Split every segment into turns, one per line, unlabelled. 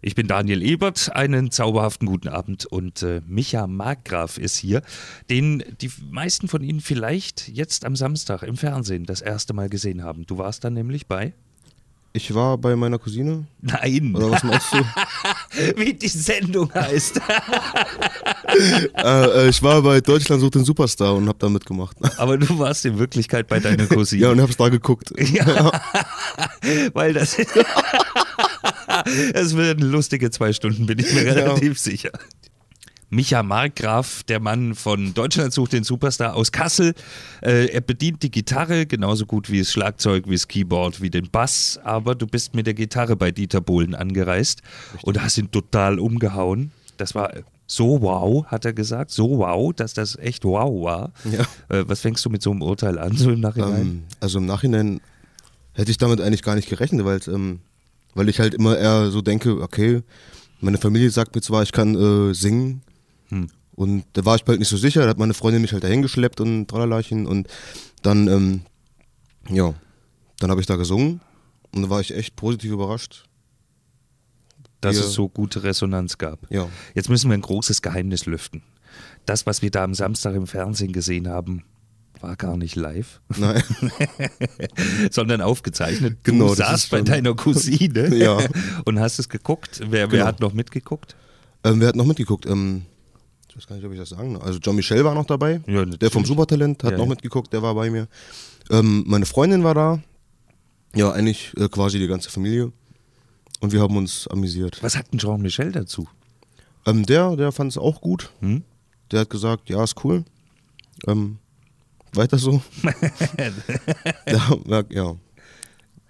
Ich bin Daniel Ebert, einen zauberhaften guten Abend und äh, Micha Markgraf ist hier, den die meisten von Ihnen vielleicht jetzt am Samstag im Fernsehen das erste Mal gesehen haben. Du warst dann nämlich bei?
Ich war bei meiner Cousine.
Nein,
Oder was meinst du?
wie die Sendung heißt.
äh, äh, ich war bei Deutschland sucht den Superstar und hab da mitgemacht.
Aber du warst in Wirklichkeit bei deiner Cousine.
ja, und hab's da geguckt.
Ja, weil das. es werden lustige zwei Stunden, bin ich mir relativ sicher. Micha Markgraf, der Mann von Deutschland sucht den Superstar aus Kassel. Äh, er bedient die Gitarre genauso gut wie das Schlagzeug, wie das Keyboard, wie den Bass. Aber du bist mit der Gitarre bei Dieter Bohlen angereist und hast ihn total umgehauen. Das war so wow, hat er gesagt. So wow, dass das echt wow war.
Ja.
Äh, was fängst du mit so einem Urteil an, so im Nachhinein?
Ähm, also im Nachhinein hätte ich damit eigentlich gar nicht gerechnet, weil, ähm, weil ich halt immer eher so denke, okay, meine Familie sagt mir zwar, ich kann äh, singen und da war ich bald nicht so sicher, da hat meine Freundin mich halt dahin geschleppt und tralalerchen und dann, ähm, ja, dann habe ich da gesungen und da war ich echt positiv überrascht.
dass
Wir-
es so gute Resonanz gab.
Ja.
Jetzt müssen wir ein großes Geheimnis lüften. Das, was wir da am Samstag im Fernsehen gesehen haben, war gar nicht live,
Nein.
sondern aufgezeichnet. Du
Genau, das
saßt
ist
bei
schon-
deiner Cousine
Ja.
und hast es geguckt. Wer, wer
Genau.
hat noch mitgeguckt?
Ähm, wer hat noch mitgeguckt? Ähm, ich weiß gar nicht, ob ich das sagen darf. Also John Michel war noch dabei.
Ja, natürlich.
der vom Supertalent hat
Ja,
noch
ja.
mitgeguckt, der war bei mir. Ähm, meine Freundin war da. Ja, eigentlich äh, quasi die ganze Familie. Und wir haben uns amüsiert.
Was hat denn Jean-Michel dazu?
Ähm, der der fand es auch gut.
Hm?
Der hat gesagt, ja, ist cool. Ähm, weiter so. ja, ja, ja.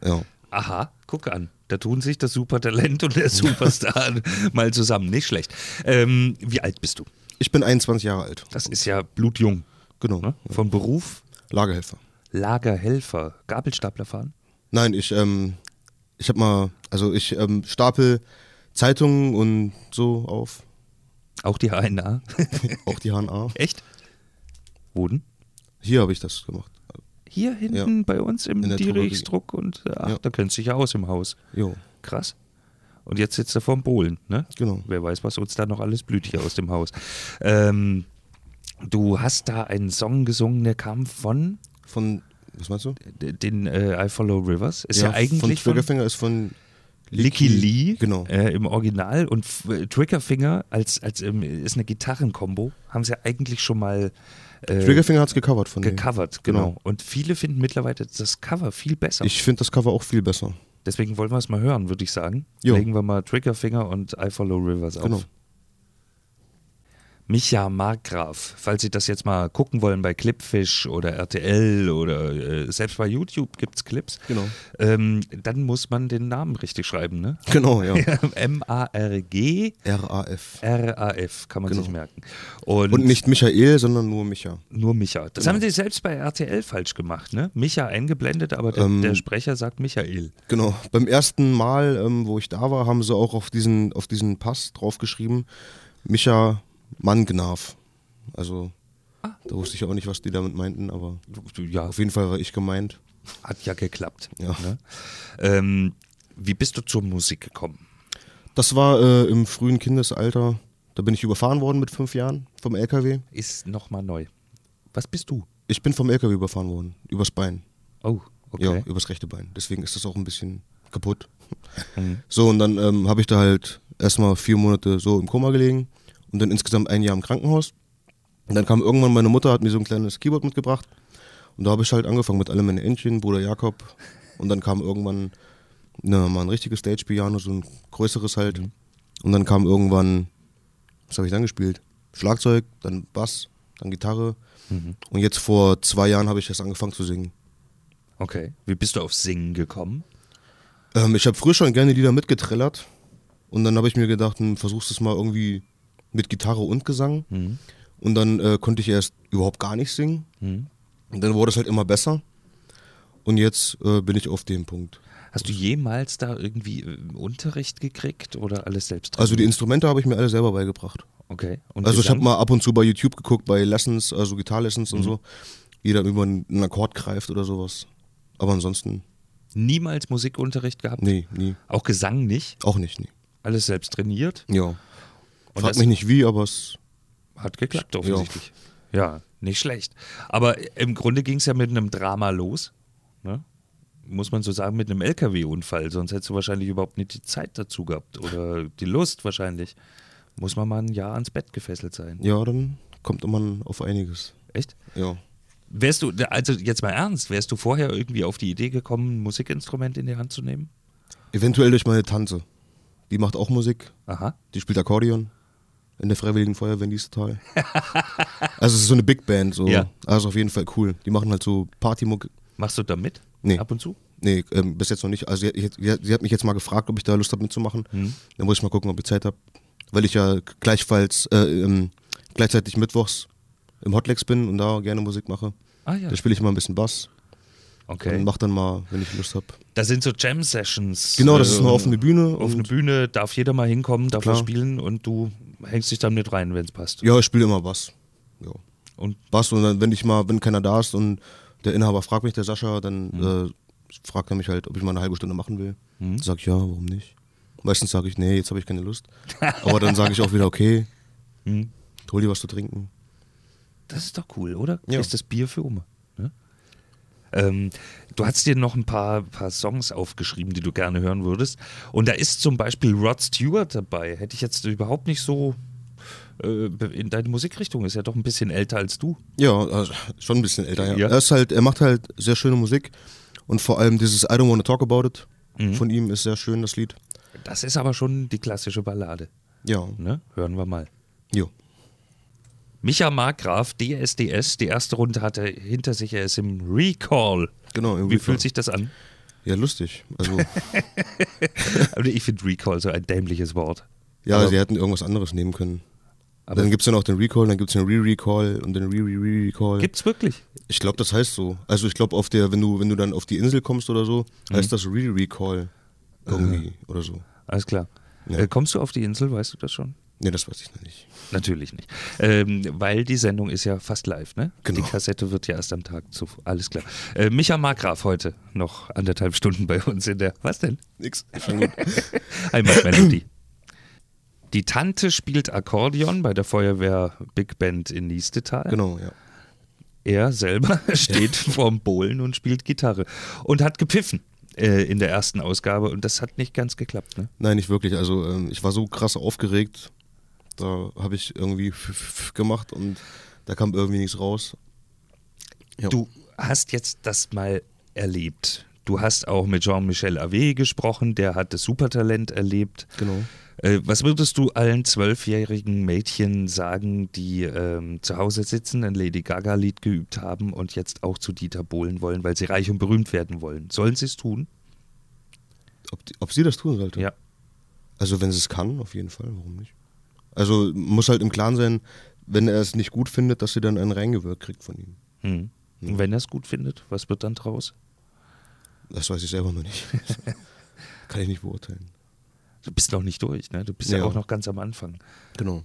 ja.
Aha, guck an. Da tun sich das Supertalent und der Superstar mal zusammen. Nicht schlecht. Ähm, wie alt bist du?
Ich bin 21 Jahre alt.
Das ist ja blutjung.
Genau.
Ne? Von Beruf
Lagerhelfer.
Lagerhelfer. Gabelstapler fahren?
Nein, ich, ähm, ich hab mal, also ich ähm, stapel Zeitungen und so auf,
Auch die HNA?
auch die HNA.
Echt? Boden?
Hier habe ich das gemacht.
Hier hinten bei uns im
In der
Dirichsdruck und äh, ach,
Ja.
da kennst du dich ja aus im Haus.
Jo,
Krass. Und jetzt sitzt er vorm Bohlen, ne?
Genau.
Wer weiß, was uns da noch alles blüht hier aus dem Haus. Ähm, du hast da einen Song gesungen, der kam von
von, was meinst du?
äh, den äh, I Follow Rivers. Ist ja,
von
eigentlich von,
Triggerfinger ist von
Licky Lee
Genau.
äh, im Original und F- äh, Triggerfinger als, als ähm, ist eine Gitarrenkombo, haben sie ja eigentlich schon mal äh,
Triggerfinger hat's gecovert von denen.
gecovert, genau. Und viele finden mittlerweile das Cover viel besser.
Ich finde das Cover auch viel besser.
Deswegen wollen wir es mal hören, würde ich sagen.
Jo.
Legen wir mal Triggerfinger und I Follow Rivers auf.
Genau.
Micha Markgraf, falls Sie das jetzt mal gucken wollen bei Clipfish oder RTL oder äh, selbst bei YouTube gibt es Clips,
Genau.
ähm, dann muss man den Namen richtig schreiben, ne?
Genau, ja.
M-A-R-G-R-A-F,
RAF.
kann man
Genau.
sich merken. Und,
Und nicht Genau. Michael, sondern nur Micha.
nur Micha. Das haben Sie selbst bei RTL falsch gemacht, ne? Micha eingeblendet, aber der,
Ähm,
der Sprecher sagt Michael.
Genau. Beim ersten Mal, ähm, wo ich da war, haben sie auch auf diesen, auf diesen Pass draufgeschrieben, Micha Manngnaf. Also, da wusste ich auch nicht, was die damit meinten, aber
Ja,
auf jeden Fall war ich gemeint.
Hat ja geklappt.
Ja.
Ne? Ähm, wie bist du zur Musik gekommen?
Das war äh, im frühen Kindesalter. Da bin ich überfahren worden mit fünf Jahren vom LKW.
Ist nochmal neu. Was bist du?
Ich bin vom LKW überfahren worden. Übers Bein.
Oh,
Ja,
okay.
übers rechte Bein. Deswegen ist das auch ein bisschen kaputt. So, und dann ähm, habe ich da halt erstmal vier Monate so im Koma gelegen und dann insgesamt ein Jahr im Krankenhaus. Und dann kam irgendwann meine Mutter, hat mir so ein kleines Keyboard mitgebracht. Und da habe ich halt angefangen mit allem meine Entchen, Bruder Jakob. Und dann kam irgendwann ne, mal ein richtiges Stage-Piano, so ein größeres halt. Und dann kam irgendwann, was habe ich dann gespielt? Schlagzeug, dann Bass, dann Gitarre. Und jetzt vor zwei Jahren habe ich erst angefangen zu singen.
Okay. Wie bist du auf Singen gekommen?
Ähm, ich habe früher schon gerne Lieder mitgetrellert. Und dann habe ich mir gedacht, hm, versuchst es mal irgendwie mit Gitarre und Gesang.
Hm,
Und dann äh, konnte ich erst überhaupt gar nicht singen.
hm.
Und dann wurde es halt immer besser. Und jetzt äh, bin ich auf dem Punkt.
Hast du jemals da irgendwie äh, Unterricht gekriegt oder alles selbst?
Also die
trainiert?
Instrumente habe ich mir alle selber beigebracht.
Okay. Und
Also ich
Gesang?
habe
Mhm.
mal ab und zu bei YouTube geguckt, bei Lessons, also Gitarrlessons und so, wie da über einen einen Akkord greift oder sowas. Aber ansonsten,
niemals Musikunterricht gehabt?
nee, nie.
Auch Gesang nicht?
Auch nicht, nie.
alles selbst trainiert.
Ja.
Und
Frag
das-
mich nicht wie, aber es.
Hat geklappt, offensichtlich. Ja, nicht schlecht. Aber im Grunde ging es ja mit einem Drama los. Ne? Muss man so sagen, mit einem LKW-Unfall. Sonst hättest du wahrscheinlich überhaupt nicht die Zeit dazu gehabt oder die Lust wahrscheinlich. Muss man mal ein Jahr ans Bett gefesselt sein.
Ja, dann kommt man auf einiges.
Echt?
Ja.
Wärst du, also jetzt mal ernst, wärst du vorher irgendwie auf die Idee gekommen, ein Musikinstrument in die Hand zu nehmen?
Eventuell durch meine Tante. Die macht auch Musik.
Aha.
Die spielt Akkordeon in der Freiwilligen Feuerwehr in Diestal. also es ist so eine Big Band. So.
Ja.
Also auf jeden Fall cool. Die machen halt so Partymuck.
Machst du da mit?
Nee.
Ab und zu?
Nee, ähm, bis jetzt noch nicht. Also sie, sie, sie hat mich jetzt mal gefragt, ob ich da Lust habe mitzumachen.
Mhm.
Dann muss ich mal gucken, ob ich Zeit habe. Weil ich ja gleichfalls äh, ähm, gleichzeitig mittwochs im Hotlex bin und da gerne Musik mache.
Ah ja.
Da spiele ich mal ein bisschen Bass und
Okay.
mach dann mal, wenn ich Lust habe.
Das sind so Jam-Sessions.
Genau, das ist eine
äh,
offene Bühne.
Auf eine
und-
Bühne darf jeder mal hinkommen, darf
Klar.
was spielen und du hängst dich dann mit rein, wenn es passt.
Ja, ich spiele immer Bass. Ja.
Und
Bass und dann, wenn ich mal, wenn keiner da ist und der Inhaber fragt mich, der Sascha, dann
Mhm.
äh, fragt er mich halt, ob ich mal eine halbe Stunde machen will. Sag ich ja, warum nicht? Meistens sage ich, nee, jetzt habe ich keine Lust. Aber dann sage ich auch wieder, okay,
Hm.
hol dir was zu trinken.
das ist doch cool, oder?
Ja.
Ist das Bier für Oma. Ne? Ähm, du hast dir noch ein paar, paar Songs aufgeschrieben, die du gerne hören würdest. Und da ist zum Beispiel Rod Stewart dabei. Hätte ich jetzt überhaupt nicht so äh, in deine Musikrichtung. Ist ja doch ein bisschen älter als du.
Ja, also, schon ein bisschen älter, ja.
Ja.
Er ist halt, er macht halt sehr schöne Musik und vor allem dieses I don't wanna talk about it
Mhm.
von ihm ist sehr schön, das Lied.
Das ist aber schon die klassische Ballade.
Ja,
Ne? Hören wir mal.
jo.
Micha Markgraf, DSDS, die erste Runde hatte hinter sich, er ist im Recall.
Genau, im
Wie
Recall.
fühlt sich das an?
Ja, lustig. Also,
Also ich finde Recall so ein dämliches Wort.
ja,
Aber-
sie hätten irgendwas anderes nehmen können.
Aber-
dann gibt es ja noch den Recall, dann gibt es den Re-Recall und den Re-Re-Re-Recall.
Gibt's wirklich?
Ich glaube, das heißt so. Also ich glaube, auf der, wenn du, wenn du dann auf die Insel kommst oder so, heißt das Re-Recall irgendwie oder so.
Alles klar.
Ja.
Äh, kommst du auf die Insel, weißt du das schon?
Nee, das weiß ich noch nicht.
Natürlich nicht. Ähm, weil die Sendung ist ja fast live, ne?
Genau.
Die Kassette wird ja erst am Tag zu. Alles klar. Äh, Micha Markgraf heute noch anderthalb Stunden bei uns in der. Was denn?
Nix. Schon gut.
Einmal Melodie. Die Tante spielt Akkordeon bei der Feuerwehr Big Band in Niestetal.
genau, ja.
Er selber steht vorm Bohlen und spielt Gitarre und hat gepfiffen äh, in der ersten Ausgabe und das hat nicht ganz geklappt. Ne?
Nein, nicht wirklich. Also ähm, ich war so krass aufgeregt, da habe ich irgendwie f- f- gemacht und da kam irgendwie nichts raus. Ja.
Du hast jetzt das mal erlebt. Du hast auch mit Jean-Michel Ave gesprochen, der hat das Supertalent erlebt.
Genau.
Äh, was würdest du allen zwölfjährigen Mädchen sagen, die ähm, zu Hause sitzen, ein Lady Gaga-Lied geübt haben und jetzt auch zu Dieter Bohlen wollen, weil sie reich und berühmt werden wollen? Sollen sie es tun?
Ob, die, ob sie das tun sollte?
Ja.
Also wenn sie es kann, auf jeden Fall, warum nicht? Also muss halt im Klaren sein, wenn er es nicht gut findet, dass sie dann einen reingewirkt kriegt von ihm.
Hm. Und wenn er es gut findet, was wird dann draus?
Das weiß ich selber noch nicht. Kann ich nicht beurteilen.
Du bist noch nicht durch, ne? Du bist ja,
Ja.
auch noch ganz am Anfang.
Genau.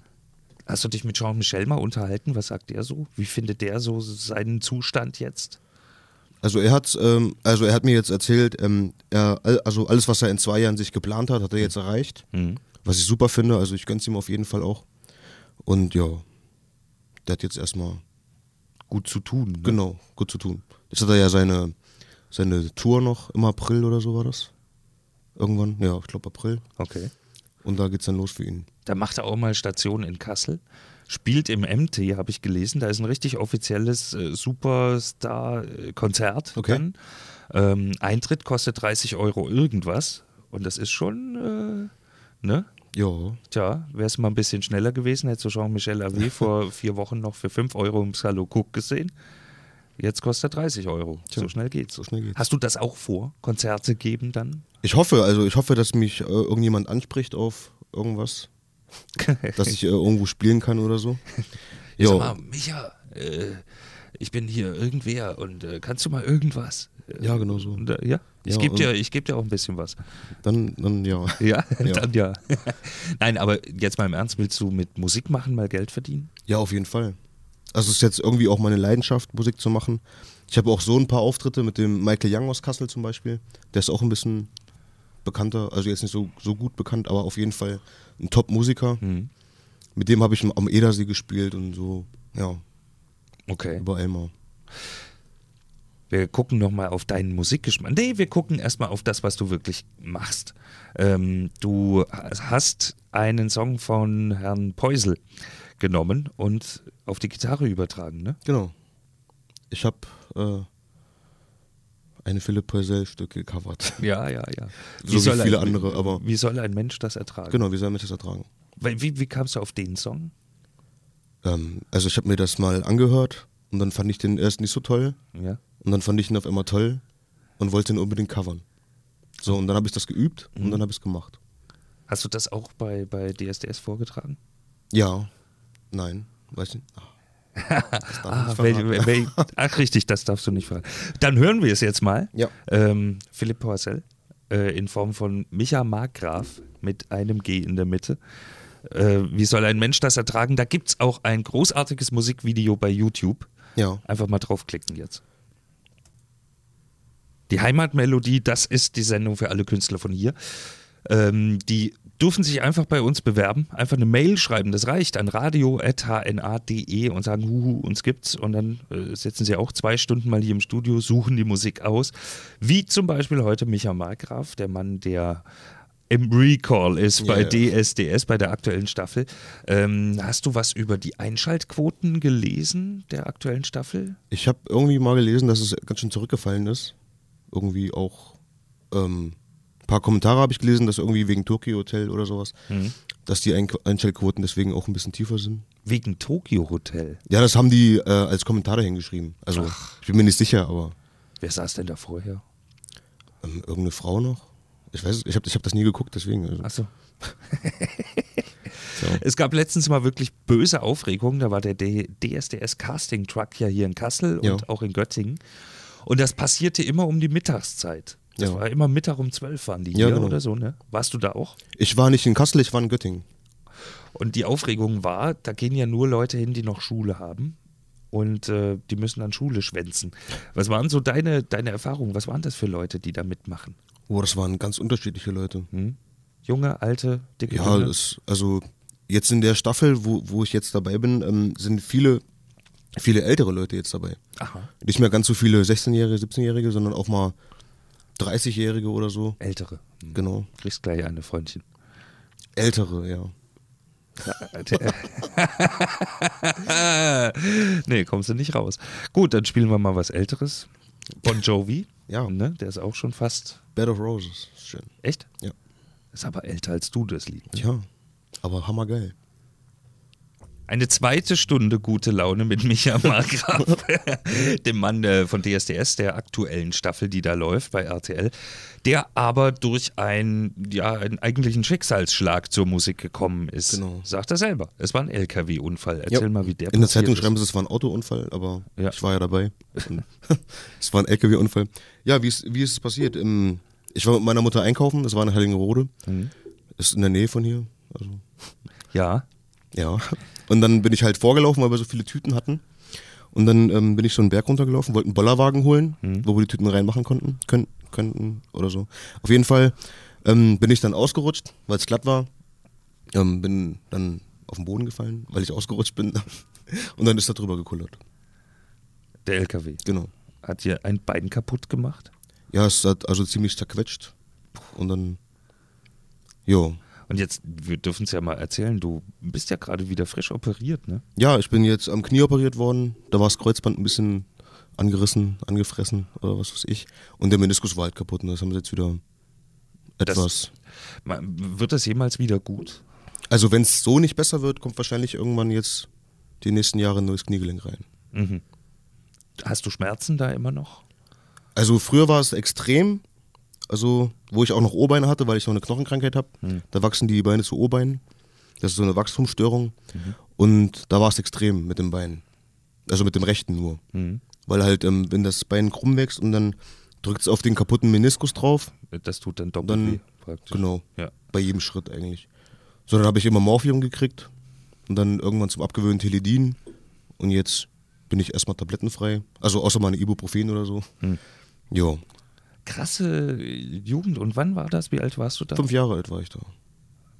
Hast du dich mit Jean-Michel mal unterhalten? Was sagt er so? Wie findet der so seinen Zustand jetzt?
Also er hat, ähm, also er hat mir jetzt erzählt, ähm, er, all- also alles, was er in zwei Jahren sich geplant hat, hat er jetzt erreicht.
Hm.
Was ich super finde. Also ich gönn's ihm auf jeden Fall auch. Und ja, der hat jetzt erstmal
Gut zu tun. Ne?
genau gut zu tun. Jetzt hat er ja seine seine Tour noch im April oder so war das. Irgendwann, ja, ich glaube April.
Okay.
Und da geht's dann los für ihn.
Da macht er auch mal Station in Kassel. Spielt im MT, habe ich gelesen. Da ist ein richtig offizielles äh, Superstar-Konzert.
Okay.
Dann. Ähm, Eintritt kostet 30 Euro irgendwas. Und das ist schon, äh, ne?
Ja,
Tja, wäre es mal ein bisschen schneller gewesen, hättest du Jean-Michel Avé vor vier Wochen noch für 5 Euro im Salo Cook gesehen. Jetzt kostet er 30 Euro. so schnell geht's.
so schnell geht's.
Hast du das auch vor? Konzerte geben dann?
Ich hoffe, also ich hoffe, dass mich äh, irgendjemand anspricht auf irgendwas, dass ich äh, irgendwo spielen kann oder so.
Sag
Ja,
mal, Micha, äh, ich bin hier irgendwer und äh, kannst du mal irgendwas? Äh,
ja genau so.
und, äh, ja, ich
Ja,
gebe
und-
dir, ich geb dir auch ein bisschen was.
Dann, dann ja.
Ja,
Ja.
dann ja. Nein, aber jetzt mal im Ernst, willst du mit Musik machen mal Geld verdienen?
Ja, auf jeden Fall. Also es ist jetzt irgendwie auch meine Leidenschaft, Musik zu machen. Ich habe auch so ein paar Auftritte mit dem Michael Young aus Kassel zum Beispiel. Der ist auch ein bisschen bekannter, also jetzt nicht so, so gut bekannt, aber auf jeden Fall ein Top-Musiker. Mit dem habe ich am- am Edersee gespielt und so, ja,
Okay.
überall mal.
Wir gucken nochmal auf deinen Musikgeschmack. Nee, wir gucken erstmal auf das, was du wirklich machst. Ähm, du hast einen Song von Herrn Peusel genommen und auf die Gitarre übertragen, ne?
Genau. Ich habe äh, eine Philipp Poisel-Stück gecovert.
Ja, ja, ja.
So wie
soll
viele
ein,
andere, aber
Wie soll ein Mensch das ertragen?
genau, wie soll man das ertragen?
Wie, wie, wie kamst du auf den Song?
Ähm, also ich habe mir das mal angehört und dann fand ich den erst nicht so toll
Ja.
und dann fand ich ihn auf einmal toll und wollte ihn unbedingt covern. So, und dann habe ich das geübt und dann habe ich es gemacht.
Hast du das auch bei, bei DSDS vorgetragen?
Ja, nein, weiß nicht. Ach, das darf ich
Ah,
nicht
wel, wel,
verraten.
wel, ach richtig, das darfst du nicht fragen. Dann hören wir es jetzt mal.
Ja.
Ähm, Philipp Porcel äh, in Form von Micha Markgraf mit einem G in der Mitte. Äh, wie soll ein Mensch das ertragen? Da gibt es auch ein großartiges Musikvideo bei YouTube.
ja,
Einfach mal draufklicken jetzt. Die Heimatmelodie, das ist die Sendung für alle Künstler von hier. Ähm, die dürfen sich einfach bei uns bewerben, einfach eine Mail schreiben, das reicht an radio.hna.de E und sagen, huhu, uns gibt's. Und dann äh, sitzen sie auch zwei Stunden mal hier im Studio, suchen die Musik aus. Wie zum Beispiel heute Micha Markgraf, der Mann, der im Recall ist bei
Ja, ja.
DSDS, bei der aktuellen Staffel. Ähm, hast du was über die Einschaltquoten gelesen der aktuellen Staffel?
ich habe irgendwie mal gelesen, dass es ganz schön zurückgefallen ist. Irgendwie auch ähm, ein paar Kommentare habe ich gelesen, dass irgendwie wegen Tokyo Hotel oder sowas, dass die Ein Einstellquoten deswegen auch ein bisschen tiefer sind.
Wegen Tokyo Hotel.
Ja, das haben die äh, als Kommentare hingeschrieben. Also ich bin mir nicht sicher, aber
Wer saß denn da vorher?
ähm, irgendeine Frau noch? Ich weiß, es- ich habe ich hab das nie geguckt, deswegen. Also,
Achso.
so.
Es gab letztens mal wirklich böse Aufregung. Da war der D- DSDS Casting Truck ja hier in Kassel
Ja.
und auch in Göttingen. Und das passierte immer um die Mittagszeit. Das
Ja.
war immer Mittag um zwölf waren die
Ja,
hier
genau.
oder so, ne? Warst du da auch?
Ich war nicht in Kassel, ich war in Göttingen.
Und die Aufregung war, da gehen ja nur Leute hin, die noch Schule haben. Und äh, die müssen dann Schule schwänzen. Was waren so deine, deine Erfahrungen? Was waren das für Leute, die da mitmachen?
Boah, das waren ganz unterschiedliche Leute.
Hm? Junge, alte, dicke
Ja,
Dünne?
das, also jetzt in der Staffel, wo, wo ich jetzt dabei bin, ähm, sind viele, viele ältere Leute jetzt dabei.
Aha,
Nicht mehr ganz so viele 16-Jährige, 17-Jährige, sondern auch mal 30-Jährige oder so.
ältere. Hm.
Genau.
Kriegst gleich eine, Freundchen.
Ältere, ja.
nee, kommst du nicht raus. Gut, dann spielen wir mal was Älteres. Bon Jovi.
Ja.
Ne? Der ist auch schon fast.
Bed of Roses. ist Schön.
Echt?
Ja.
Ist aber älter als du, das Lied. Ne?
Ja. Aber hammergeil.
Eine zweite Stunde gute Laune mit Micha Markgraf, dem Mann äh, von DSDS, der aktuellen Staffel, die da läuft bei RTL, der aber durch ein, ja, einen eigentlichen Schicksalsschlag zur Musik gekommen ist.
Genau.
Sagt er selber. Es war ein LKW-Unfall. Erzähl
Ja.
mal, wie der
In der
passiert
Zeitung
ist.
schreiben sie, es war ein Autounfall, aber
Ja.
ich war ja dabei. Und es war ein LKW-Unfall. Ja, wie ist, wie ist es passiert? Im, ich war mit meiner Mutter einkaufen, das war in Heiligenrode.
Mhm.
Ist in der Nähe von hier. Also,
Ja.
ja. Und dann bin ich halt vorgelaufen, weil wir so viele Tüten hatten. Und dann ähm, bin ich so einen Berg runtergelaufen, wollte einen Bollerwagen holen, wo wir die Tüten reinmachen konnten, können, könnten oder so. Auf jeden Fall ähm, bin ich dann ausgerutscht, weil es glatt war. Ähm, bin dann auf den Boden gefallen, weil ich ausgerutscht bin. Und dann ist da drüber gekullert.
Der LKW.
Genau.
Hat dir ein Bein kaputt gemacht?
Ja, es hat also ziemlich zerquetscht. Und dann. Jo.
Und jetzt, wir dürfen es ja mal erzählen, du bist ja gerade wieder frisch operiert, ne?
Ja, ich bin jetzt am Knie operiert worden. Da war das Kreuzband ein bisschen angerissen, angefressen oder was weiß ich. Und der Meniskus war halt kaputt und das haben sie jetzt wieder etwas.
Ma- Wird das jemals wieder gut?
also, wenn es so nicht besser wird, kommt wahrscheinlich irgendwann jetzt die nächsten Jahre ein neues Kniegelenk rein.
Hast du Schmerzen da immer noch?
Also, früher war es extrem. Also, wo ich auch noch O-Beine hatte, weil ich noch eine Knochenkrankheit habe. Da wachsen die Beine zu O-Beinen. Das ist so eine Wachstumsstörung. Und da war es extrem mit dem Bein. Also mit dem rechten nur.
Hm,
Weil halt, ähm, wenn das Bein krumm wächst und dann drückt es auf den kaputten Meniskus drauf,
Das tut dann doppelt
Dann-
weh, praktisch.
genau,
Ja.
bei jedem Schritt eigentlich. So, dann habe ich immer Morphium gekriegt und dann irgendwann zum Abgewöhnen Teledin. Und Hm. jetzt bin ich erstmal tablettenfrei. Also außer meine Ibuprofen oder so. Jo.
krasse Jugend. Und wann war das? Wie alt warst du da?
Fünf Jahre alt war ich da.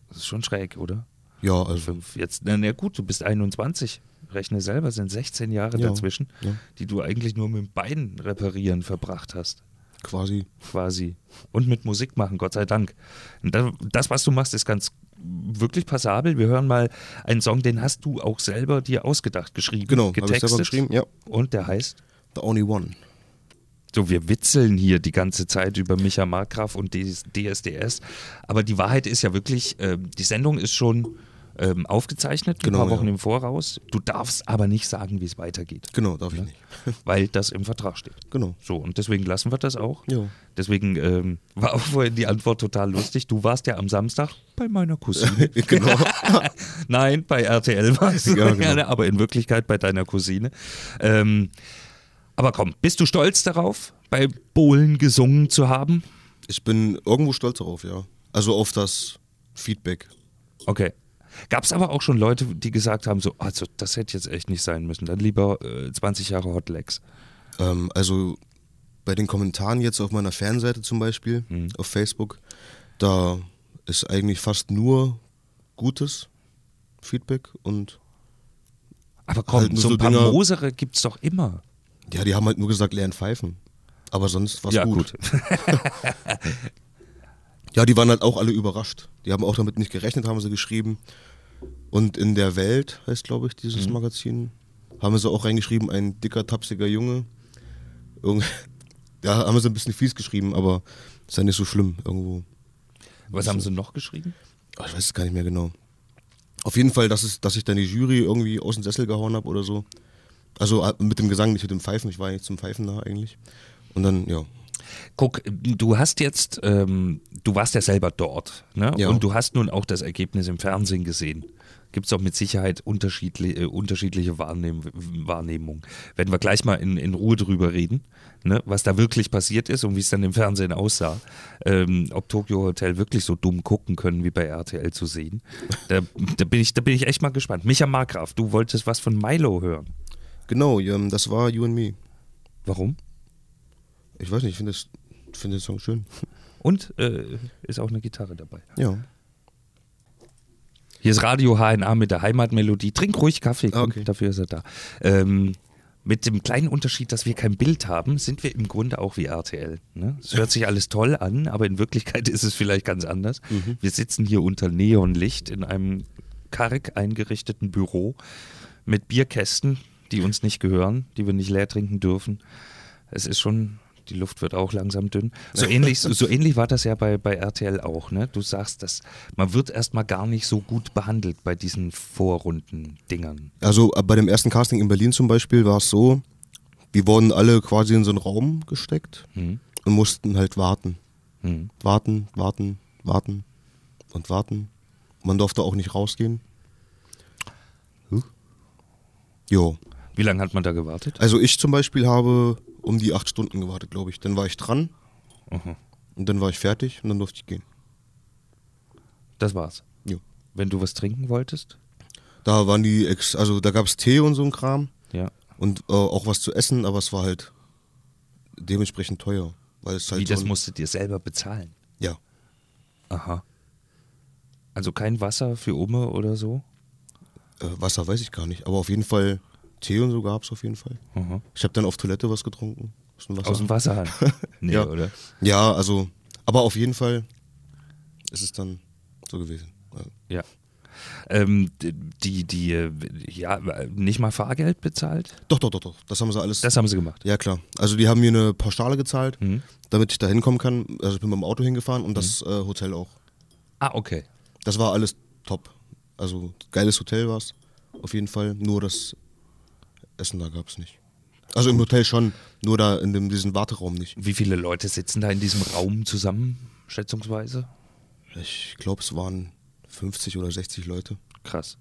Das ist schon schräg, oder?
Ja, also.
Fünf. Jetzt, na, na gut, du bist 21. Rechne selber, sind 16 Jahre
Ja,
dazwischen,
ja.
die du eigentlich nur mit dem Bein reparieren verbracht hast,
Quasi.
quasi. Und mit Musik machen, Gott sei Dank. Und da- Das, was du machst, ist ganz wirklich passabel. Wir hören mal einen Song, den hast du auch selber dir ausgedacht, geschrieben,
Genau, habe ich
getextet.
selber geschrieben. Ja.
Und der heißt?
The Only One.
So, wir witzeln hier die ganze Zeit über Micha Markgraf und DS DSDS. Aber die Wahrheit ist ja wirklich, ähm, die Sendung ist schon ähm, aufgezeichnet,
Genau,
ein paar Wochen
ja.
im Voraus. Du darfst aber nicht sagen, wie es weitergeht,
Genau, darf ich nicht.
weil das im Vertrag steht.
Genau.
So, und deswegen lassen wir das auch.
Ja.
Deswegen ähm, war auch vorhin die Antwort total lustig. Du warst ja am Samstag bei meiner Cousine.
genau.
Nein, bei RTL warst du
Ja, genau.
aber in Wirklichkeit bei deiner Cousine. Ähm, aber komm, bist du stolz darauf, bei Bohlen gesungen zu haben?
Ich bin irgendwo stolz darauf, ja. Also auf das Feedback.
Okay. Gab es aber auch schon Leute, die gesagt haben, so, also das hätte jetzt echt nicht sein müssen. Dann lieber äh, 20 Jahre Hot Legs.
Ähm, also bei den Kommentaren jetzt auf meiner Fanseite zum Beispiel, auf Facebook, da ist eigentlich fast nur gutes Feedback und
Aber komm,
Halt nur
so ein
so
paar
Dinger-
Mosere gibt es doch immer.
ja, die haben halt nur gesagt, lernen pfeifen. Aber sonst war's
ja,
gut. Ja, die waren halt auch alle überrascht. Die haben auch damit nicht gerechnet, haben sie geschrieben. Und in der Welt heißt, glaube ich, dieses Magazin, haben sie auch reingeschrieben, ein dicker, tapsiger Junge. Irgend ja, haben sie ein bisschen fies geschrieben, aber ist ja nicht so schlimm irgendwo.
Was haben sie noch geschrieben?
Ah, ich weiß es gar nicht mehr genau. Auf jeden Fall, dass, es, dass ich dann die Jury irgendwie aus dem Sessel gehauen habe oder so. Also ah, mit dem Gesang, nicht mit dem Pfeifen. Ich war ja nicht zum Pfeifen da eigentlich. Und dann, ja.
Guck, du hast jetzt, ähm, du warst ja selber dort, ne?
Ja.
Und du hast nun auch das Ergebnis im Fernsehen gesehen. Gibt es doch mit Sicherheit unterschiedli äh, unterschiedliche Wahrnehm Wahrnehmung. Werden wir gleich mal in, in Ruhe drüber reden, ne? was da wirklich passiert ist und wie es dann im Fernsehen aussah. Ähm, ob Tokyo Hotel wirklich so dumm gucken können, wie bei RTL zu sehen. Da, da, bin, ich, da bin ich echt mal gespannt. Micha Markgraf, du wolltest was von Milo hören.
Genau, ähm, das war You and Me.
Warum?
Ich weiß nicht, ich finde das- ich finde den Song schön.
Und äh, ist auch eine Gitarre dabei.
Ja.
Hier ist Radio HNA mit der Heimatmelodie. Trink ruhig Kaffee,
Ah,
komm,
okay.
dafür ist er da. Ähm, mit dem kleinen Unterschied, dass wir kein Bild haben, sind wir im Grunde auch wie RTL. Ne? Es hört sich alles toll an, aber in Wirklichkeit ist es vielleicht ganz anders. Wir sitzen hier unter Neonlicht in einem karg eingerichteten Büro mit Bierkästen, die uns nicht gehören, die wir nicht leer trinken dürfen. Es ist schon, die Luft wird auch langsam dünn. So ähnlich, so, so ähnlich war das ja bei, bei RTL auch. Ne? Du sagst, dass man wird erstmal gar nicht so gut behandelt bei diesen Vorrunden-Dingern.
Also äh, bei dem ersten Casting in Berlin zum Beispiel war es so, wir wurden alle quasi in so einen Raum gesteckt und mussten halt warten.
Hm.
Warten, warten, warten und warten. Man durfte auch nicht rausgehen. Huh? Jo.
Wie lange hat man da gewartet?
Also ich zum Beispiel habe um die acht Stunden gewartet, glaube ich. Dann war ich dran
Aha.
und dann war ich fertig und dann durfte ich gehen.
Das war's.
Jo.
Wenn du was trinken wolltest?
Da waren die, Ex also da gab es Tee und so ein Kram
Ja.
und äh, auch was zu essen, aber es war halt dementsprechend teuer. Weil es halt
Wie,
so
das
ein-
musst du dir selber bezahlen.
Ja.
Aha. Also kein Wasser für Umme oder so?
Äh, Wasser weiß ich gar nicht, aber auf jeden Fall Tee und so gab es auf jeden Fall.
Aha.
Ich habe dann auf Toilette was getrunken. Aus dem Wasser.
Aus dem Wasserhahn? Nee,
ja.
oder?
Ja, also, aber auf jeden Fall ist es dann so gewesen. Äh, Ja.
Ja. Ähm, die, die, äh, ja, nicht mal Fahrgeld bezahlt?
Doch, doch, doch, doch. Das haben sie alles.
Das haben sie gemacht.
ja, klar. Also, die haben mir eine Pauschale gezahlt, damit ich da hinkommen kann. Also, ich bin mit dem Auto hingefahren und das äh, Hotel auch.
Ah, okay.
Das war alles top. Also, geiles Hotel war es. Auf jeden Fall. Nur das Essen da gab es nicht. Also, im Hotel schon. Nur da in dem, diesem Warteraum nicht.
Wie viele Leute sitzen da in diesem Raum zusammen, schätzungsweise?
Ich glaube, es waren 50 oder 60 Leute.
Krass.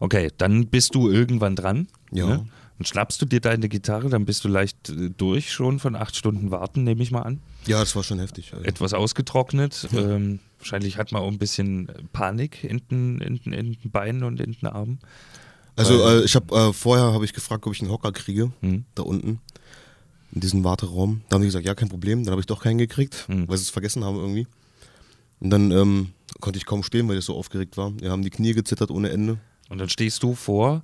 Okay, dann bist du irgendwann dran. ne?
Ja.
Dann schnappst du dir deine Gitarre, dann bist du leicht äh, durch schon von acht Stunden warten, nehme ich mal an.
Ja, das war schon heftig. Also.
Etwas ausgetrocknet. Ähm, wahrscheinlich hat man auch ein bisschen Panik in den, in, den, in den Beinen und in den Armen. Hm.
Also äh, ich habe äh, vorher habe ich gefragt, ob ich einen Hocker kriege da unten. in diesen Warteraum. Da haben die gesagt, ja, kein Problem. Dann habe ich doch keinen gekriegt,
Hm.
weil sie es vergessen haben irgendwie. Und dann ähm, konnte ich kaum stehen, weil ich so aufgeregt war. Wir haben die Knie gezittert ohne Ende.
Und dann stehst du vor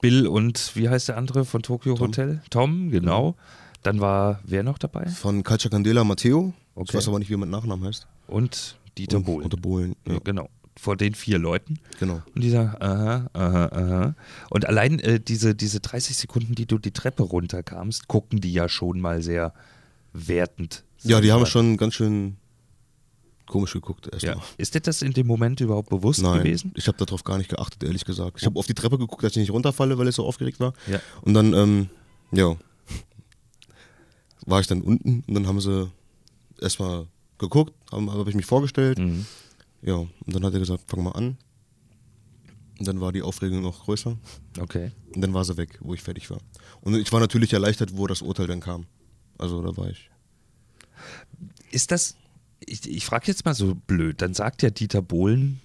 Bill und wie heißt der andere von Tokyo Hotel?
Mhm.
Tom, genau. Dann war wer noch dabei?
Von Calcia Candela Matteo. Ich
Okay.
weiß aber nicht, wie mein Nachname heißt.
Und Dieter
Und-
Bohlen.
Unter Bohlen. Ja,
Ja, Genau. Vor den vier Leuten.
genau.
Und dieser, aha, aha, aha. Und allein äh, diese, diese 30 Sekunden, die du die Treppe runterkamst, gucken die ja schon mal sehr wertend.
Ja, die haben
Sag ich
schon ganz schön komisch geguckt erstmal.
mal. Ja. Ist dir das in dem Moment überhaupt bewusst
Nein,
gewesen?
ich habe darauf gar nicht geachtet, ehrlich gesagt. Ich habe auf die Treppe geguckt, dass ich nicht runterfalle, weil ich so aufgeregt war.
Ja.
Und dann, ähm, ja, war ich dann unten und dann haben sie erstmal geguckt, habe hab ich mich vorgestellt.
Mhm.
Ja, und dann hat er gesagt, fang mal an. Und dann war die Aufregung noch größer.
Okay.
Und dann war sie weg, wo ich fertig war. Und ich war natürlich erleichtert, wo das Urteil dann kam. Also da war ich.
Ist das, ich, ich frage jetzt mal so blöd, dann sagt ja Dieter Bohlen,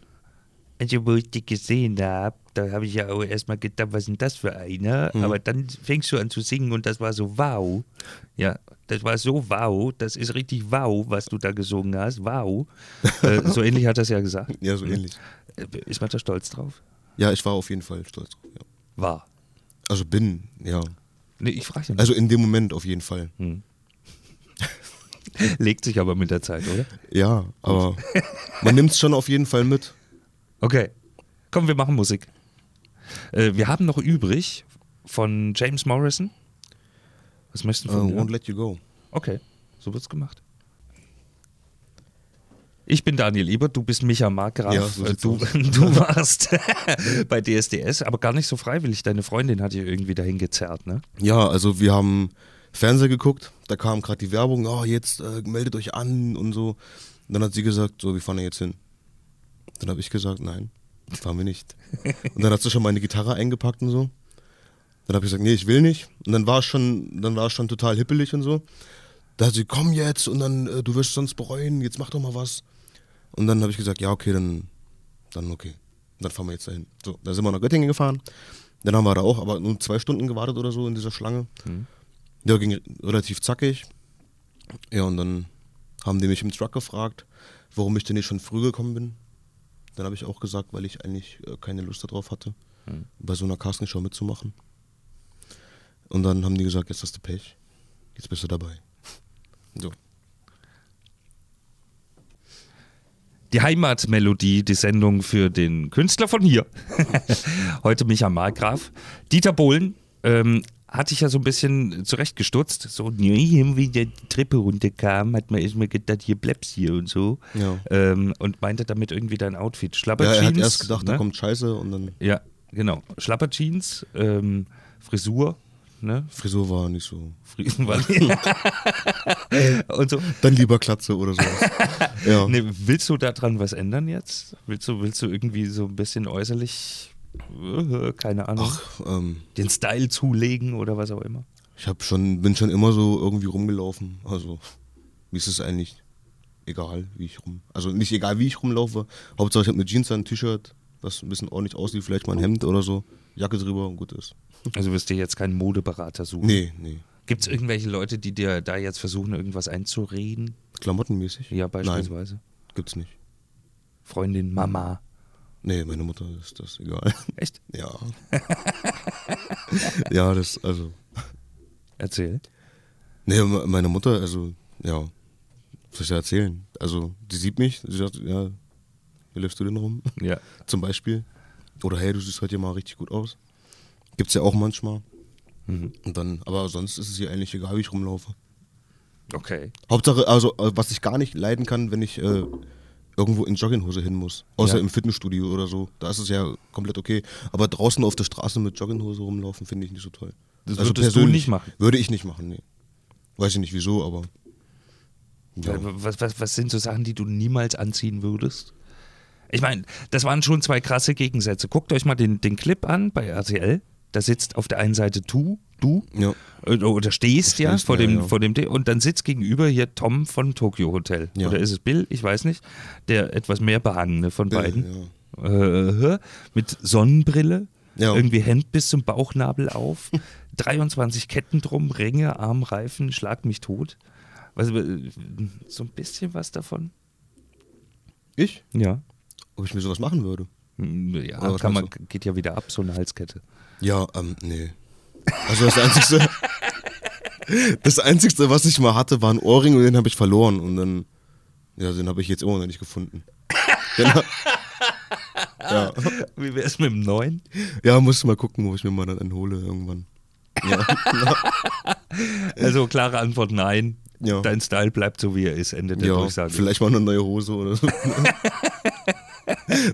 also wo ich dich gesehen habe, da habe ich ja auch erstmal gedacht, was ist denn das für einer?
Mhm.
Aber dann fängst du an zu singen und das war so wow. Ja, das war so wow, das ist richtig wow, was du da gesungen hast, wow. äh, so ähnlich hat er es ja gesagt.
Ja, so ähnlich.
Äh, Ist man da stolz drauf?
Ja, ich war auf jeden Fall stolz drauf. Ja.
War.
Also bin, ja.
Nee, ich frage ihn.
Also in dem Moment auf jeden Fall.
Legt sich aber mit der Zeit, oder?
Ja, aber man nimmt es schon auf jeden Fall mit.
Okay. Komm, wir machen Musik. Äh, wir haben noch übrig von James Morrison. Was möchtest du
Uh,
von mir?
won't let you go.
Okay, so wird's gemacht. Ich bin Daniel Ebert, du bist Micha Markgraf.
Ja, so
Äh,
sieht's
du,
aus.
du warst bei DSDS, aber gar nicht so freiwillig. Deine Freundin hat dich irgendwie dahin gezerrt, ne?
Ja, also wir haben Fernseher geguckt, da kam gerade die Werbung, oh, jetzt äh, meldet euch an und so. Und dann hat sie gesagt, so, wir fahren ja jetzt hin. Dann habe ich gesagt, nein, fahren wir nicht. Und dann hat sie schon meine Gitarre eingepackt und so. Dann habe ich gesagt, nee, ich will nicht. Und dann war es schon, dann war es schon total hippelig und so. Da hat sie, komm jetzt und dann, äh, du wirst es sonst bereuen, jetzt mach doch mal was. Und dann habe ich gesagt, ja, okay, dann, dann okay. Dann fahren wir jetzt dahin. So, da sind wir nach Göttingen gefahren. Dann haben wir da auch, aber nur zwei Stunden gewartet oder so in dieser Schlange. Ja, ging relativ zackig. Ja, und dann haben die mich im Truck gefragt, warum ich denn nicht schon früh gekommen bin. Dann habe ich auch gesagt, weil ich eigentlich äh, keine Lust darauf hatte, bei so einer Castingshow mitzumachen. Und dann haben die gesagt, jetzt hast du Pech, jetzt bist du dabei. So.
Die Heimatmelodie, die Sendung für den Künstler von hier. Heute Micha Markgraf. Dieter Bohlen ähm, hatte ich ja so ein bisschen zurechtgestutzt. So, nee, wie der die Treppe runterkam, hat man erstmal gedacht, hier bleibst hier und so.
Ja.
Ähm, und meinte damit irgendwie dein Outfit.
Ja,
Schlapperjeans.
er hat erst gedacht,
ne?
da kommt Scheiße und dann
Ja, genau. Schlapperjeans, ähm, Frisur, ne?
Frisur war nicht so.
Friesenwald. und so.
Dann lieber Klatze oder so. ja.
Ne, willst du daran was ändern jetzt? Willst du, willst du irgendwie so ein bisschen äußerlich, äh, keine Ahnung,
Ach, ähm,
den Style zulegen oder was auch immer?
Ich hab schon, bin schon immer so irgendwie rumgelaufen. Also mir ist es eigentlich egal, wie ich rum. Also nicht egal, wie ich rumlaufe. Hauptsache ich habe eine Jeans an, ein T-Shirt, was ein bisschen ordentlich aussieht, vielleicht mal ein Hemd oder so, Jacke drüber und gut ist.
Also wirst du jetzt keinen Modeberater suchen.
Nee, nee.
Gibt es irgendwelche Leute, die dir da jetzt versuchen, irgendwas einzureden?
Klamottenmäßig?
Ja, beispielsweise.
Nein, gibt's nicht.
Freundin, Mama.
Nee, meine Mutter ist das egal.
Echt?
ja. ja, das, also.
Erzähl.
Nee, me- meine Mutter, also, ja. Was soll ich da erzählen? Also, die sieht mich, sie sagt, ja, wie läufst du denn rum?
Ja.
Zum Beispiel. Oder hey, du siehst heute mal richtig gut aus. Gibt's ja auch manchmal. Und dann, aber sonst ist es hier eigentlich egal, wie ich rumlaufe.
Okay.
Hauptsache, also äh, was ich gar nicht leiden kann, wenn ich äh, irgendwo in Jogginghose hin muss. Außer
Ja.
im Fitnessstudio oder so. Da ist es ja komplett okay. Aber draußen auf der Straße mit Jogginghose rumlaufen, finde ich nicht so toll. Also
Das würdest du nicht machen?
Würde ich nicht machen, nee. Weiß ich nicht wieso, aber. Ja.
Äh, Was, was, was sind so Sachen, die du niemals anziehen würdest? Ich meine, das waren schon zwei krasse Gegensätze. Guckt euch mal den, den Clip an bei RTL. Da sitzt auf der einen Seite du, du
Ja.
äh, oder stehst, ja,
Stehst,
vor,
ja,
dem,
ja.
vor dem Ding und dann sitzt gegenüber hier Tom von Tokyo Hotel.
Ja.
Oder ist es Bill? Ich weiß nicht. Der etwas mehr behangene von
Bill,
beiden. Äh, mit Sonnenbrille,
Ja.
Irgendwie Hemd bis zum Bauchnabel auf, 23 Ketten drum, Ringe, Armreifen, schlag mich tot. Weißt du, so ein bisschen was davon.
Ich?
Ja. Hm,
Ob ich mir sowas machen würde?
Ja,
Oder was
kann man,
meinst
geht ja wieder ab, so eine Halskette.
Ja, ähm, nee. Also das Einzige, das Einzige, was ich mal hatte, war ein Ohrring und den habe ich verloren. Und dann, ja, den habe ich jetzt immer noch nicht gefunden. Genau. Ja.
Wie wäre es mit dem neuen?
ja, muss ich mal gucken, wo ich mir mal dann einen hole irgendwann.
Also klare Antwort nein.
Ja.
Dein Style bleibt so wie er ist, Ende der
Ja,
Durchsage.
vielleicht mal eine neue Hose oder so.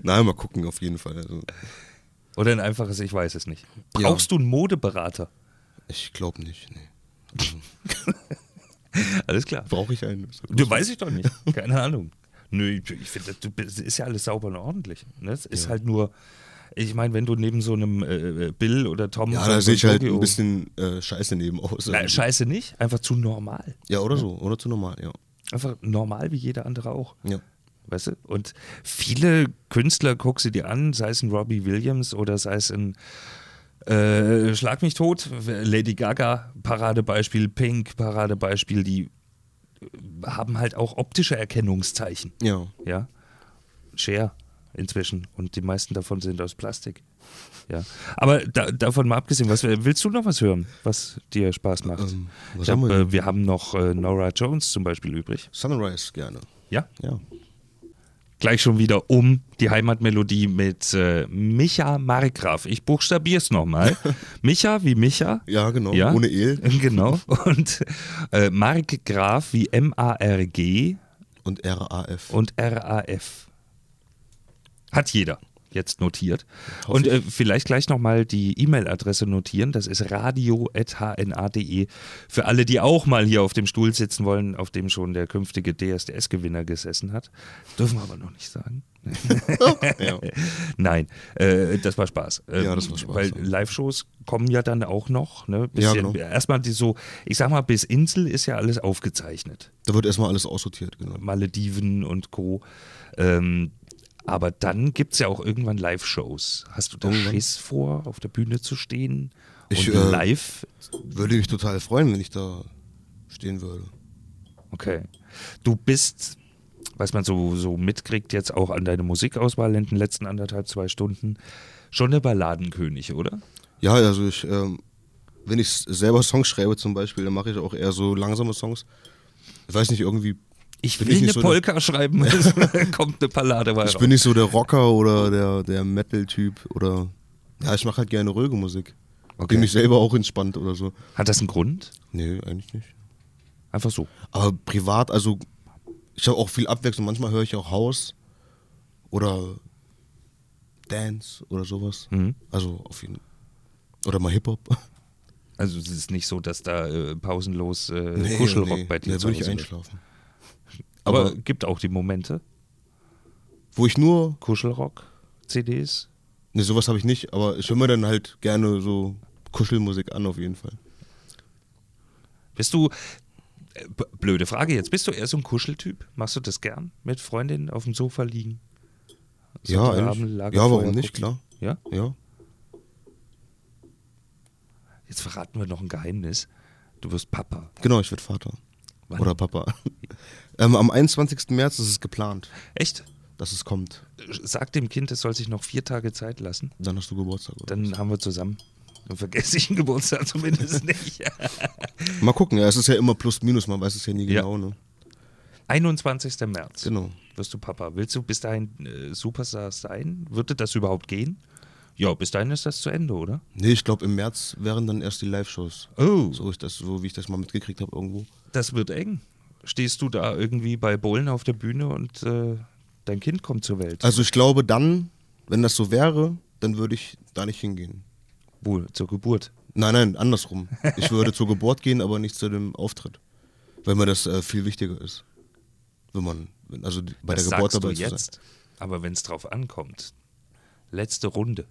Nein, mal gucken auf jeden Fall. Also,
Oder ein einfaches, ich weiß es nicht.
Ja.
Brauchst du einen Modeberater?
ich glaube nicht, nee.
Alles klar.
Brauche ich einen?
Du weiß ich doch nicht. Keine Ahnung. Nö, ich- ich finde, das- du bist- ist ja alles sauber und ordentlich. Ne? Es ist halt nur, ich meine, wenn du neben so einem äh, äh, Bill oder Tom.
Ja,
oder
da
so
sehe ich halt
Tokio-
ein bisschen äh, scheiße neben aus. Also,
Na, scheiße nicht, einfach zu normal.
ja, oder so. Oder zu normal, ja.
Einfach normal wie jeder andere auch.
Ja.
Weißt du? Und viele Künstler guck sie dir an, sei es ein Robbie Williams oder sei es ein äh, Schlag mich tot, Lady Gaga, Paradebeispiel, Pink, Paradebeispiel, die äh, haben halt auch optische Erkennungszeichen.
Ja. Ähm,
Ja. Share inzwischen. Und die meisten davon sind aus Plastik. Ja. Aber da, davon mal abgesehen, was willst du noch was hören, was dir Spaß macht?
Ähm, was
ich
haben
hab,
wir denn?
äh, wir haben noch äh, Nora Jones zum Beispiel übrig.
Sunrise gerne.
Ja.
Ja.
Gleich schon wieder um die Heimatmelodie mit äh, Micha Markgraf. Ich buchstabier's nochmal. Micha wie Micha.
Ja, genau.
Ja?
Ohne El
Genau. Und äh, Markgraf wie M-A-R-G
und RAF.
und RAF. Hat jeder jetzt notiert.
Hoffe
Und
ich.
äh, vielleicht gleich nochmal die E-Mail-Adresse notieren. Das ist radio.hna.de. E. Für alle, die auch mal hier auf dem Stuhl sitzen wollen, auf dem schon der künftige DSDS-Gewinner gesessen hat. Dürfen wir aber noch nicht sagen.
ja.
Nein, äh, das war Spaß. Ähm,
Ja, das war Spaß,
Weil
ja.
Live-Shows kommen ja dann auch noch. Ne?
Ja,
Bisschen,
genau.
Erstmal die so, ich sag mal, bis Insel ist ja alles aufgezeichnet.
Da wird erstmal alles aussortiert, genau.
Malediven und Co. Ähm, aber dann gibt es ja auch irgendwann Live-Shows. Hast du da
Irgendwann.
Schiss vor, auf der Bühne zu stehen
Ich,
und
äh,
live?
Würde mich total freuen, wenn ich da stehen würde.
Okay. Du bist, was man so, so mitkriegt, jetzt auch an deine Musikauswahl in den letzten anderthalb, zwei Stunden, schon der Balladenkönig, oder?
Ja, also ich, ähm, wenn ich selber Songs schreibe zum Beispiel, dann mache ich auch eher so langsame Songs. Ich weiß nicht, irgendwie.
Ich
bin
will
ich
eine
nicht so der-
Polka schreiben, Also, kommt eine Ballade bei
Ich
raus.
bin nicht so der Rocker oder der, der Metal-Typ oder. Ja, ich mache halt gerne ruhige Musik.
Okay.
Die mich selber auch entspannt oder so.
Hat das einen Grund?
Nee, eigentlich nicht.
Einfach so.
Aber privat, also ich habe auch viel Abwechslung. Manchmal höre ich auch House oder Dance oder sowas.
Mhm.
Also auf jeden Oder mal Hip-Hop.
Also es ist nicht so, dass da äh, pausenlos äh,
Nee,
Kuschelrock
nee,
bei dir
Da
zu
würde ich
Hause läuft.
einschlafen.
Aber,
Aber-
gibt auch die Momente.
Wo ich nur,
Kuschelrock, CDs.
ne, sowas habe ich nicht, aber ich höre mir dann halt gerne so Kuschelmusik an auf jeden Fall.
Bist du, äh, b- blöde Frage jetzt, bist du eher so ein Kuscheltyp? Machst du das gern? Mit Freundinnen auf dem Sofa liegen?
Ja,
Sonntagabend,
eigentlich.
Lagerfeuer
Ja, warum nicht,
gucken?
klar.
Ja?
Ja.
Jetzt verraten wir noch ein Geheimnis. Du wirst Papa.
Genau, ich werde Vater.
Wann?
Oder Papa. ähm, am 21. März ist es geplant,
Echt?
dass es kommt.
Sag dem Kind, es soll sich noch vier Tage Zeit lassen.
Dann hast du Geburtstag. Oder?
Dann haben wir zusammen. Dann vergesse ich den Geburtstag zumindest nicht.
Mal gucken, ja, es ist ja immer plus minus, man weiß es ja nie
Ja.
genau. Ne?
21. März
Genau.
wirst du Papa. Willst du bis dahin äh, Superstar sein? Würde das überhaupt gehen? Ja, bis dahin ist das zu Ende, oder?
Nee, ich glaube im März wären dann erst die Live-Shows.
Oh.
So, ich das, so wie ich das mal mitgekriegt habe irgendwo.
Das wird eng. Stehst du da irgendwie bei Bohlen auf der Bühne und äh, dein Kind kommt zur Welt?
Also ich glaube dann, wenn das so wäre, dann würde ich da nicht hingehen.
Wohl, zur Geburt.
Nein, nein, andersrum. Ich würde zur Geburt gehen, aber nicht zu dem Auftritt. Weil mir das äh, viel wichtiger ist. Wenn man, wenn- also die- bei
das
der Geburt
sagst du
dabei zu sein.
jetzt. Aber wenn es drauf ankommt, letzte Runde,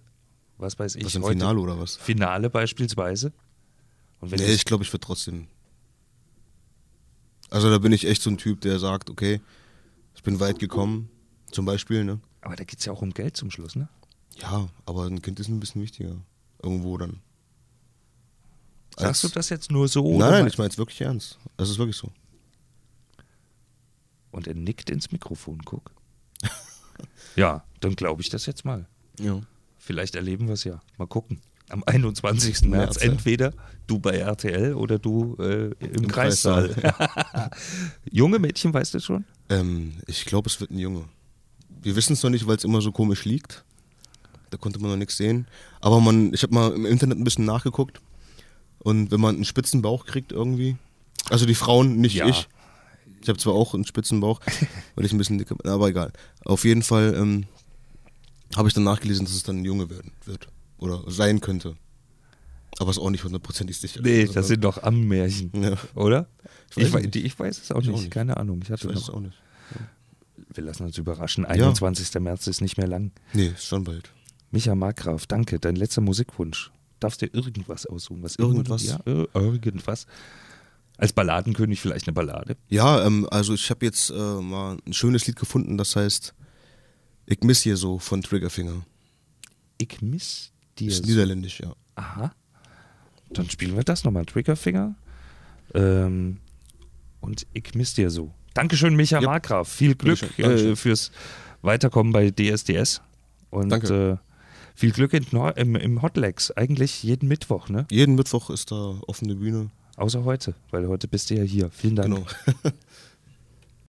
was weiß ich
Was im
heute?
Finale oder was?
Finale beispielsweise. Und wenn
Nee,
das-
ich glaube, ich würde trotzdem. Also da bin ich echt so ein Typ, der sagt, okay, ich bin weit gekommen, zum Beispiel, ne?
aber da geht es ja auch um Geld zum Schluss, ne?
Ja, aber ein Kind ist ein bisschen wichtiger. Irgendwo dann.
Sagst du das jetzt nur so? oder
Also Nein, nein,
mein-
ich meine es wirklich ernst. Das ist wirklich so.
Und er nickt ins Mikrofon, guck. ja, dann glaube ich das jetzt mal.
Ja.
Vielleicht erleben wir es ja. Mal gucken. Am 21. März
März, ja.
entweder du bei RTL oder du äh, im,
Im
Kreissaal. Junge Mädchen, weißt du schon?
Ähm, ich glaube, es wird ein Junge. Wir wissen es noch nicht, weil es immer so komisch liegt. Da konnte man noch nichts sehen. Aber man, ich habe mal im Internet ein bisschen nachgeguckt. Und wenn man einen spitzen Bauch kriegt irgendwie, also die Frauen, nicht
Ja.
ich. Ich habe zwar auch einen spitzen Bauch, weil ich ein bisschen dicker bin, aber egal. Auf jeden Fall ähm, habe ich dann nachgelesen, dass es dann ein Junge werden wird. Oder sein könnte. Aber ist auch nicht hundertprozentig sicher.
Nee,
Also,
das sind doch Ammenmärchen.
Ja.
Oder?
Ich weiß
Ich, wei-
nicht.
die- ich weiß es auch
Ich
nicht.
auch nicht.
Keine Ahnung. Ich hatte
Ich weiß es
noch,
auch nicht.
wir lassen uns überraschen. 21. März ist nicht mehr lang.
Nee, ist schon bald.
Micha Markgraf, danke. Dein letzter Musikwunsch. Darfst dir irgendwas aussuchen? Was
Irgendwas?
Ja, ir- irgendwas. Als Balladenkönig vielleicht eine Ballade.
Ja, ähm, also ich habe jetzt äh, mal ein schönes Lied gefunden, das heißt Ich miss hier so von Triggerfinger.
Ich miss dir.
Ist
so.
niederländisch, ja.
Aha. Dann spielen wir das nochmal. Triggerfinger. Ähm, und ich miss dir so. Dankeschön, Micha
Ja.
Markgraf. Viel Glück
Bitteschön.
äh,
Dankeschön.
fürs Weiterkommen bei DSDS. Und
Danke.
Äh, viel Glück in Nor im, im Hotlegs. Eigentlich jeden Mittwoch, ne?
Jeden Mittwoch ist da offene Bühne.
Außer heute, weil heute bist du ja hier. Vielen Dank.
Genau.